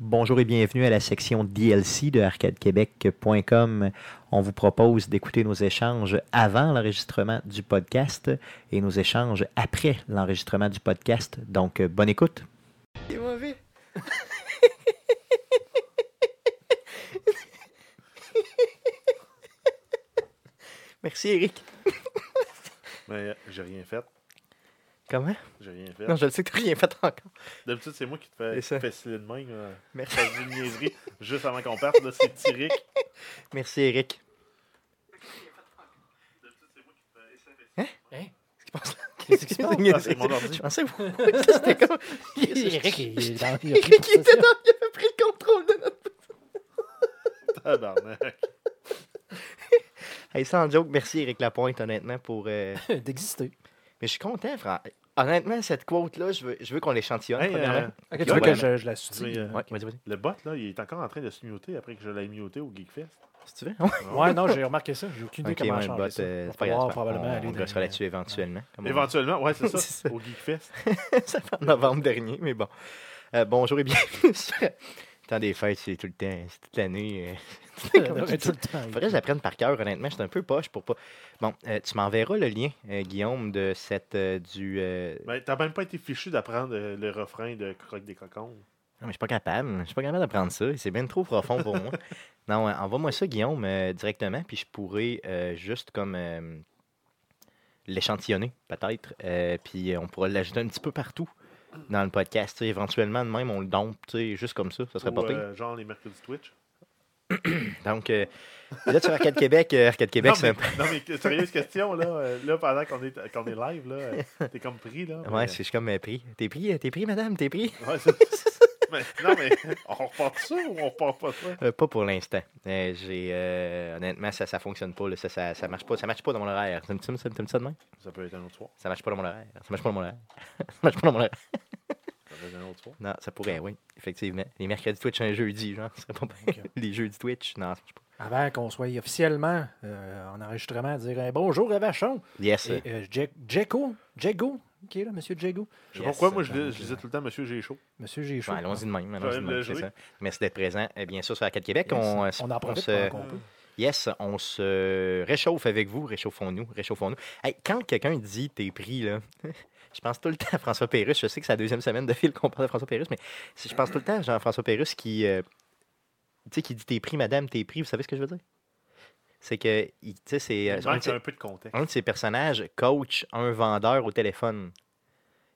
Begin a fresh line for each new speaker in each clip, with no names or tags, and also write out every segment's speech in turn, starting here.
Bonjour et bienvenue à la section DLC de arcadequebec.com. On vous propose d'écouter nos échanges avant l'enregistrement du podcast et nos échanges après l'enregistrement du podcast. Donc, euh, bonne écoute.
C'est mauvais. Merci, Eric.
Mais euh, j'ai rien fait.
Comment?
J'ai rien fait.
Non, je le sais que t'as rien fait encore.
D'habitude, c'est moi qui te
C'est
fais
ça.
fessiler de même. euh,
Merci,
faire une niaiserie juste avant qu'on parte. Là, c'est Tyrick.
Merci Eric. Hein? Qu'est-ce qui passe là? Qu'est-ce qui se passe?
Ah, c'est mon ordi.
Je pensais que c'était comme...
Eric, il est dans il a pris
Eric, il était
possession.
dans... Il avait pris le contrôle de notre...
Tabarnak.
Hey, sans joke, merci Eric Lapointe, honnêtement, pour... euh,
D'exister.
Mais je suis content, frère. Honnêtement, cette quote-là, je veux, je veux qu'on l'échantillonne,
Hey,
premièrement.
euh,
Ok,
Ouais,
tu veux
ouais.
que je, je la
tu
soutienne?
sais, euh,
Ouais, vas-y, vas-y.
Le bot, là, il est encore en train de se muter après que je l'ai muté au Geekfest.
Si tu veux.
Ouais, non, j'ai remarqué ça. J'ai aucune idée
Ok,
comment
ouais,
changer
bot,
ça.
euh,
On
c'est pas
va
grave,
pouvoir
c'est pas-
probablement
on-
aller
on
dans-
gossera là-dessus éventuellement. comme on-
Éventuellement, ouais, c'est ça,
C'est ça.
Au Geekfest.
ça fait en novembre dernier, mais bon. Euh, bonjour et bienvenue. sur- Le temps des fêtes, c'est tout le temps, c'est toute l'année. euh,
Ouais, tout le temps.
Il faudrait que j'apprenne par cœur, honnêtement. J'étais un peu poche pour pas. Bon, euh, tu m'enverras le lien, euh, Guillaume, de cette. euh, du. euh,
Ben, t'as même pas été fichu d'apprendre euh, le refrain de Croque des cocons.
Non, mais je suis pas capable. Je suis pas capable d'apprendre ça. C'est bien trop profond pour moi. Non, euh, envoie-moi ça, Guillaume, euh, directement, puis je pourrais euh, juste comme euh, l'échantillonner, peut-être. euh, puis euh, on pourra l'ajouter un petit peu partout dans le podcast. tu sais, éventuellement, de même, on le dompe, tu sais, juste comme ça. Ça serait
Ou,
pas pire.
euh, genre les mercredis Twitch.
Donc, euh, là, sur Arcade Québec, euh, Arcade Québec,
non,
c'est
mais, non, mais que- sérieuse question, là. euh, Là, pendant qu'on est, qu'on est live, là, euh, t'es comme pris, là.
un...
mais-
Ouais, c'est je suis comme euh, pris. T'es pris, euh, t'es pris, madame, t'es pris?
Ouais, c'est- mais, non, mais on repart ça ou on repart pas ça?
Euh, pas pour l'instant. Euh, j'ai, euh, honnêtement, ça, ça fonctionne pas, là. Ça, ça, ça marche pas. Ça marche pas dans mon horaire. T'aimes-tu ça, t'aimes-tu ça de même?
Ça peut être un autre soir.
Ça marche pas dans mon horaire. Ça marche pas dans mon horaire. ça marche pas dans mon horaire.
Ça peut être un autre soir.
Non, ça pourrait, oui. Effectivement. Les mercredis Twitch, un jeudi, genre. Ça serait pas bien. Les jeudis Twitch, non, ça marche pas.
Avant qu'on soit officiellement euh, en enregistrement, dire euh, bonjour à Vachon.
Yes.
Et euh, Je- Jeko, Jego, qui est là, monsieur Jego.
Je sais pas
Yes,
pourquoi, moi, je,
ça
dis-
change,
je disais
euh,
tout le temps, monsieur, j'ai chaud.
Monsieur Gécho.
Ouais, allons-y de même. allons-y
vais
de
me
même, c'est
jouer.
ça. Merci d'être présent. euh, Bien sûr, sur Arcade Québec,
Yes.
on, euh,
On en profite
se-
pendant qu'on peut.
Yes, on se réchauffe avec vous, réchauffons-nous, réchauffons-nous. Hey, quand quelqu'un dit t'es pris, là, je pense tout le temps à François Pérusse. Je sais que c'est la deuxième semaine de fil qu'on parle de François Pérusse, mais si- je pense tout le temps à Jean-François Pérusse qui, euh, tu sais, qui dit t'es pris, madame, t'es pris. Vous savez ce que je veux dire? C'est que, il- tu sais, c'est
Il
euh,
manque
un, de ses-
un peu de contexte.
un de ses personnages coach un vendeur au téléphone.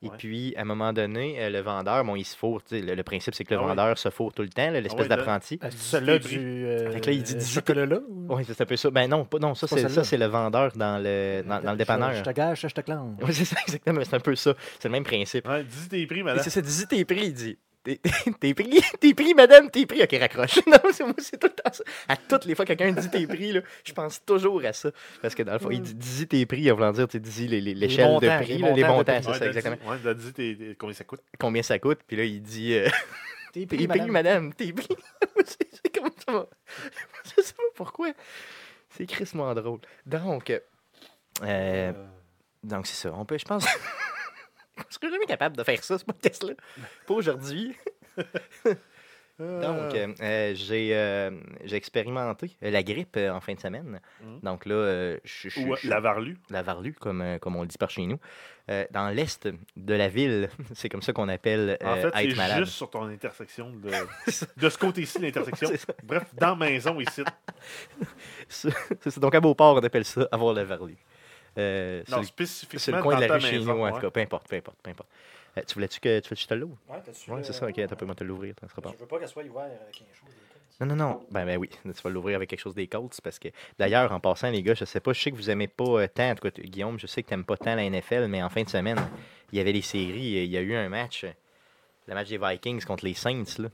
Et
Ouais.
puis, à un moment donné, euh, le vendeur, bon, il se fourre. tu sais, Le, le principe, c'est que le
Ah oui.
vendeur se fourre tout le temps, là, l'espèce
Ah oui, là-
d'apprenti.
Est-ce que Celui-là
Débris.
du. euh,
Fait que là, il dit
euh,
18.
chocolat-là, ou-
Oui, c'est un peu ça. Ben non, pas- non ça,
C'est pas
c'est, ça,
celle-là.
c'est le vendeur dans le, dans, dans le
Je-
dépanneur.
Je te gâche, je te clan.
Oui, c'est ça, exactement. C'est un peu ça. C'est le même principe.
Ouais, dis tes prix,
Et
madame.
c'est ça, dis t'es pris, il dit. T'es, t'es pris, t'es pris, madame, t'es pris. Ok, raccroche. Non, c'est, moi, c'est tout le temps ça. À toutes les fois que quelqu'un dit t'es pris, là, je pense toujours à ça. Parce que dans le fond, il dit dis t'es pris, il va vouloir dire, tu sais, dis les- les- l'échelle
montants,
de prix,
les
là, les
montants de
montants,
prix.
c'est
Ouais,
ça,
t'as
exactement.
dit- Ouais, t'as dit tes- tes- combien ça coûte.
Combien ça coûte, puis là, il dit euh,
T'es
t'es pris,
madame.
madame, t'es pris. c'est, c'est comme ça. va. Je sais pas pourquoi. C'est crissement drôle. Donc, euh,
Euh,
euh, Donc, c'est ça. On peut, je pense. je serais jamais capable de faire ça, ce podcast-là. Pas aujourd'hui.
Ah.
Donc, euh, euh, j'ai, euh, j'ai expérimenté euh, la grippe euh, en fin de semaine.
Mhm.
Donc là, euh, je je-
Ou euh,
je-
la varlue.
la varlue, comme, euh, comme on le dit par chez nous. Euh, dans l'est de la ville, c'est comme ça qu'on appelle
En
euh,
fait,
être
c'est
malade.
juste sur ton intersection de, de ce côté-ci, l'intersection.
C'est ça.
Bref, dans maison ici.
C'est ça. Donc, à Beauport, on appelle ça avoir la varlue. Euh,
Non,
c'est,
spécifiquement
le, c'est le
dans
coin de la
ta
rue chez
maison.
nous, en
ouais.
tout cas. Peu importe, peu importe, peu importe. Euh, tu voulais-tu que, tu voulais que je te l'ouvre?
Ouais, t'as-tu,
Oui,
euh,
c'est ça. Ok, attends, peux-moi te l'ouvrir. ça sera pas
Je veux pas qu'elle soit ouverte avec un chose.
Non, non, non. Ben, ben oui, tu vas l'ouvrir avec quelque chose des Colts parce que d'ailleurs, en passant, les gars, je sais pas, je sais que vous aimez pas euh, tant, en tout cas, t- Guillaume, je sais que t'aimes pas tant la NFL, mais en fin de semaine, il y avait les séries, et il y a eu un match, euh, le match des Vikings contre les Saints, là.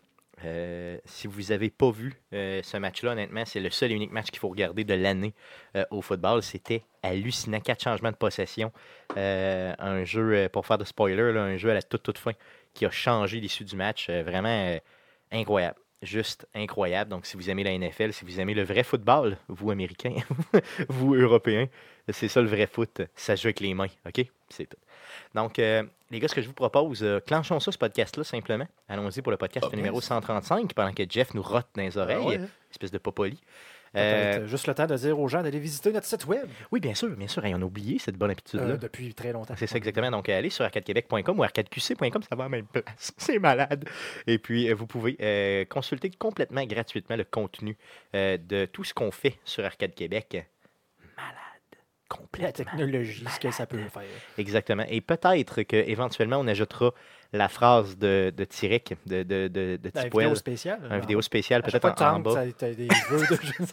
Euh, si vous avez pas vu euh, ce match-là, honnêtement, c'est le seul et unique match qu'il faut regarder de l'année euh, au football. C'était hallucinant. Quatre changements de possession. Euh, un jeu, euh, pour faire de spoiler, là, un jeu à la toute, toute fin qui a changé l'issue du match. Euh, vraiment euh, incroyable. juste incroyable. Donc, si vous aimez la NFL, si vous aimez le vrai football, vous Américains, vous Européens, c'est ça le vrai foot. Ça se joue avec les mains, OK? C'est tout. Donc, euh, les gars, ce que je vous propose, euh, clenchons ça, ce podcast-là, simplement. Allons-y pour le podcast
Ah,
numéro
mince.
135, pendant que Jeff nous rote dans les oreilles.
ouais, hein?
Espèce de popoli.
Peut-être, euh, juste le temps de dire aux gens d'aller visiter notre site web
oui, bien sûr, bien sûr. Hey, on a oublié cette bonne
euh,
habitude-là.
depuis très longtemps.
C'est ça exactement. Donc, allez sur arcadequebec.com ou arcadeqc.com, ça va à la même place. C'est malade. Et puis, euh, vous pouvez euh, consulter complètement gratuitement le contenu euh, de tout ce qu'on fait sur Arcade Québec. Malade.
La
Complètement.
technologie, ce que ça peut faire.
Exactement. Et peut-être qu'éventuellement, on ajoutera la phrase de, de Tirek, de, de, de, de
La
Tipoel.
vidéo spéciale.
Un vidéo spéciale,
spéciale,
peut-être en, en bas.
Ça, t'as des jeux de jeux.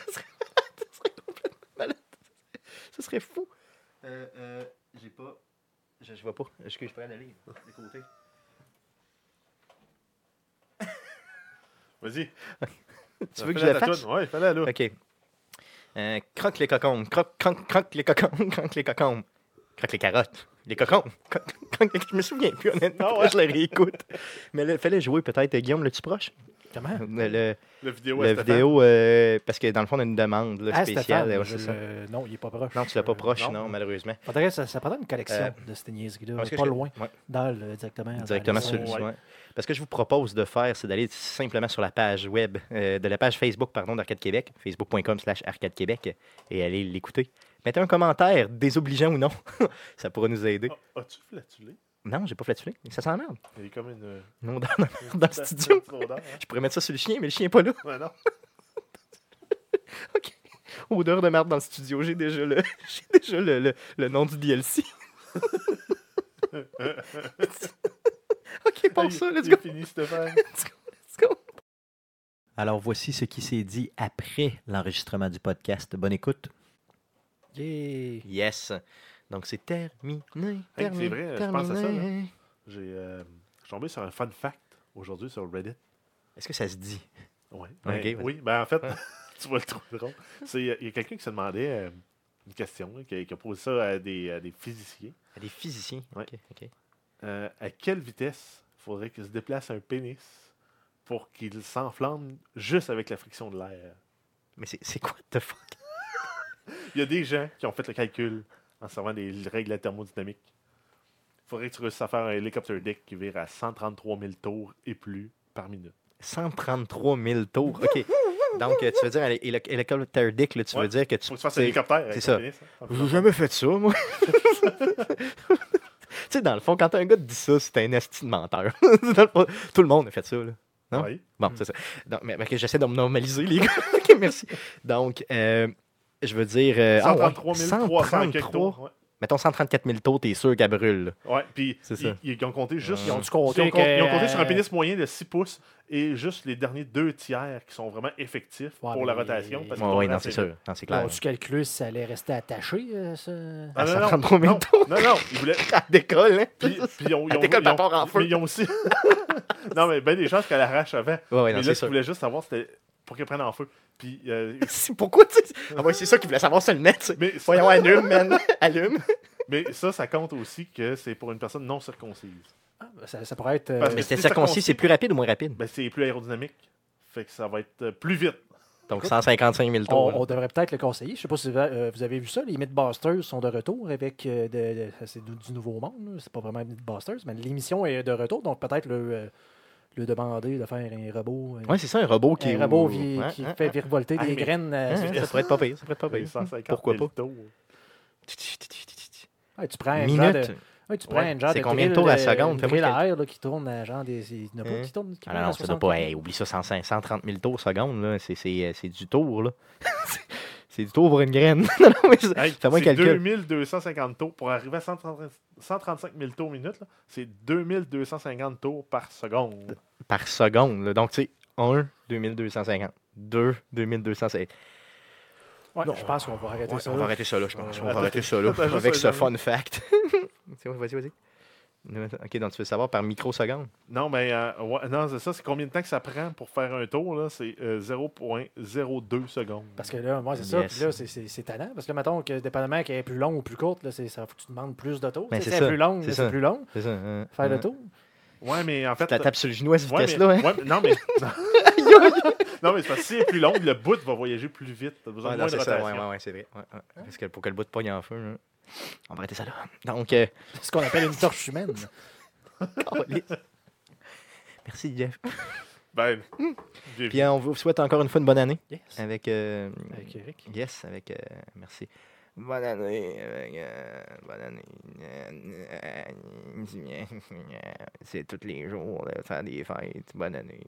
Ce serait fou. Euh, euh, j'ai pas. Je, je vois pas. Excuse, je pourrais aller de côté.
Vas-y.
Tu veux que je le fasse?
Ouais, fais-la, là.
OK. Euh, croque les cocombes, croque, croque, croque les cocombes, croque les cocombes, croque les carottes, les cocombes, croque, croque les- Je me souviens plus, honnêtement,
Non,
faudrait que je les réécoute. Mais là, fallait jouer peut-être, euh, Guillaume, le tu proche?
Comment?
Le, le-
La vidéo,
la
est
vidéo, euh, parce que dans le fond, on a une demande là,
Ah,
spéciale.
Stéphane,
ouais,
je
c'est ça.
le- Non, il n'est pas proche.
Non, tu l'as pas
Euh,
proche,
non.
non, malheureusement.
Faudrait- ça, ça prendrait une collection
Euh,
de cette niaiserie-là,
Parce que
pas
je-
loin,
ouais.
dans le, directement. dans
Directement
les-
sur le
Ouais.
ouais. Parce que je vous propose de faire, c'est d'aller simplement sur la page web, euh, de la page Facebook, pardon, d'Arcade Québec, facebook.com slash Arcade Québec, et allez l'écouter. Mettez un commentaire, désobligeant ou non. ça pourra nous aider.
Ah, As-tu flatulé?
Non, j'ai pas flatulé. Ça s'emmerde.
Il y a comme une.
Non, dans, dans le studio.
une odeur, hein?
Je pourrais mettre ça sur le chien, mais le chien est pas là.
Ouais, non.
OK. Odeur de merde dans le studio. J'ai déjà le, j'ai déjà le, le- le nom du DLC. OK, pour
Il-
ça, let's
il
go.
est fini, Stéphane.
Let's go.
Alors voici ce qui s'est dit après l'enregistrement du podcast. Bonne écoute.
Yeah.
Yes. Donc, c'est terminé.
c'est
terminé,
vrai, je pense à ça, là.
terminé.
J'ai euh, je suis tombé sur un fun fact aujourd'hui sur Reddit.
Est-ce que ça se dit?
Ouais.
Ok,
Ben,
vas-y.
oui, ben en fait,
Ah.
tu vas le trouver drôle. C'est, euh, Il y a quelqu'un qui se demandait euh, une question, là, qui, qui a posé ça à des, à des physiciens.
À des physiciens.
Ouais.
OK, OK.
Euh, à quelle vitesse faudrait que se déplace un pénis pour qu'il s'enflamme juste avec la friction de l'air?
Mais c'est c'est quoi de fuck?
Il y a des gens qui ont fait le calcul en servant des règles de la thermodynamique. Il faudrait que tu réussisses à faire un helicopter deck qui vire à 133 000 tours et plus par minute.
133 000 tours. OK. Donc, euh, tu veux dire, à l'hélic- hélicoptère dick, là, tu veux
Ouais.
dire que tu...
Faut que tu fasses un hélicoptère avec
c'est ça.
ton pénis. hein.
J'ai jamais fait ça, moi. tu sais, dans le fond, quand un gars te dit ça, c'est un esti de menteur. Dans le fond, Tout le monde a fait ça, là. Non?
Oui.
Bon, c'est ça. Non, mais, mais que j'essaie de me normaliser, les gars. OK, merci. Donc, euh, je veux dire... euh, ah ouais,
133 300 et quelques
133.
tours. ouais.
Mettons 134 000 tours, t'es sûr qu'elle brûle, là.
Ouais, puis
C'est ça.
ils, ils ont compté juste.
Euh,
Ils ont dû
ils
compter
ont compté- ils ont compté
que- euh,
sur un pénis moyen de 6 pouces et juste les derniers deux tiers qui sont vraiment effectifs
Ouais,
pour la
mais-
rotation. Parce qu'ils
Ouais, ouais,
tournent
non,
assez
c'est
vite.
sûr. Non, c'est
Ils
clair.
ont dû calculer si ça allait rester attaché, euh, ça.
Ah, non,
Ça
non,
prend combien de
non,
tours?
non, non, ils voulaient.
Elle décolle, hein?
Puis, puis ils ont, ils
Elle
ont-
décolle
ils
par
ont-
rapport en feu.
mais ils ont aussi. non, mais ben des chances qu'elle arrache avant.
Ouais, ouais,
mais
non,
là,
c'est
ce qu'ils
sûr.
voulaient juste savoir, c'était pour qu'elle prenne en feu. Puis. euh,
C'est- Pourquoi tu. Ah ouais, c'est ça qu'il voulait savoir seulement, tu sais.
mais, ça,
Voyons, allume, man. Allume.
mais ça, ça compte aussi que c'est pour une personne non circoncise.
Ah.
Ça, ça pourrait être. euh,
Parce
Mais
que-
c'était
c'est circoncis.
circoncis, c'est plus rapide ou moins rapide?
Ben, c'est plus aérodynamique. Fait que ça va être euh, plus vite.
Donc 155 000
on,
tours.
on devrait peut-être le conseiller. Je ne sais pas si vous avez- euh, vous avez vu ça. Les Mythbusters sont de retour avec euh, de- de- c'est du, du Nouveau Monde. là. C'est pas vraiment Mythbusters, mais l'émission est de retour. Donc peut-être le, euh, le demander de faire un robot. euh,
Ouais, c'est ça, un robot qui.
un robot vi-
Ouais,
qui
hein,
fait
hein,
virevolter
Ah,
des
mais-
graines. euh,
hein, Ça pourrait être pas pire. Ça pourrait être pas
Les
pire.
150
Pourquoi
000
pas?
tours.
ouais, Ah, tu prends un genre de-
Minute.
ouais, tu prends
Ouais.
un genre
C'est
de
combien de
grill,
tours à
euh,
seconde?
une
Fais-moi
grill
le
à air là, qui tourne à genre des. Il y en a pas
Hein?
qui tourne. qui
Ah
tourne
non,
à
non, ça doit
60.
pas. hey, oublie ça, 105 130 000 tours seconde, là. C'est- C'est euh, c'est du tour, là. C'est- C'est du tour pour une graine. Non, non, mais c'est-
Hey,
Fais-moi un
c'est
calcul.
2250 tours. Pour arriver à 130 135 000 tours minute, là, c'est 2250 tours par seconde.
par seconde. là. Donc, tu sais, 1, 2250. 2, 2250.
Ouais, je pense qu'on va arrêter ça.
on va
là.
arrêter ça là, je pense. On va
Attends,
arrêter ça là,
attends, juste
avec
un
ce
instant.
fun fact. C'est bon, vas-y, vas-y. Non, attends, Ok, donc tu veux savoir par microseconde?
Non, mais euh, ouais, non, c'est ça. C'est combien de temps que ça prend pour faire un tour? là? C'est euh, 0.02 secondes.
Parce que là, moi, c'est ça.
Yes.
Puis là, c'est- c'est c'est tannant. Parce que, mettons, que dépendamment qu'elle est plus longue ou plus courte, là, c'est- ça faut que tu demandes plus de taux.
Ben,
Tu
c'est
sais, si elle
ça.
est plus longue,
C'est
là,
ça.
c'est plus long.
C'est ça. hein,
Faire
hein.
le tour.
Ouais, mais en fait.
Tu la tapes sur le genou à cette
ouais, mais,
vitesse-là, hein?
ouais, mais- non, mais.
Aïe,
Non, mais c'est parce que si elle est plus longue, le bout va voyager plus vite. T'as besoin
Ouais,
de
non,
moins de
c'est ça,
rotation.
ouais, ouais, ouais, c'est vrai. Ouais, ouais.
Hein?
Parce que pour que le bout de pogne en feu, là, on va arrêter ça là. Donc, euh,
C'est ce qu'on appelle une torche humaine.
câlisse. merci Jeff.
Ben, j'ai
Puis euh, on vous souhaite encore une fois une bonne année
Yes.
avec. euh,
Avec Eric.
Yes, avec. euh, merci. Bonne année. avec, euh, bonne euh, année. C'est tous les jours de faire des fêtes. Bonne année.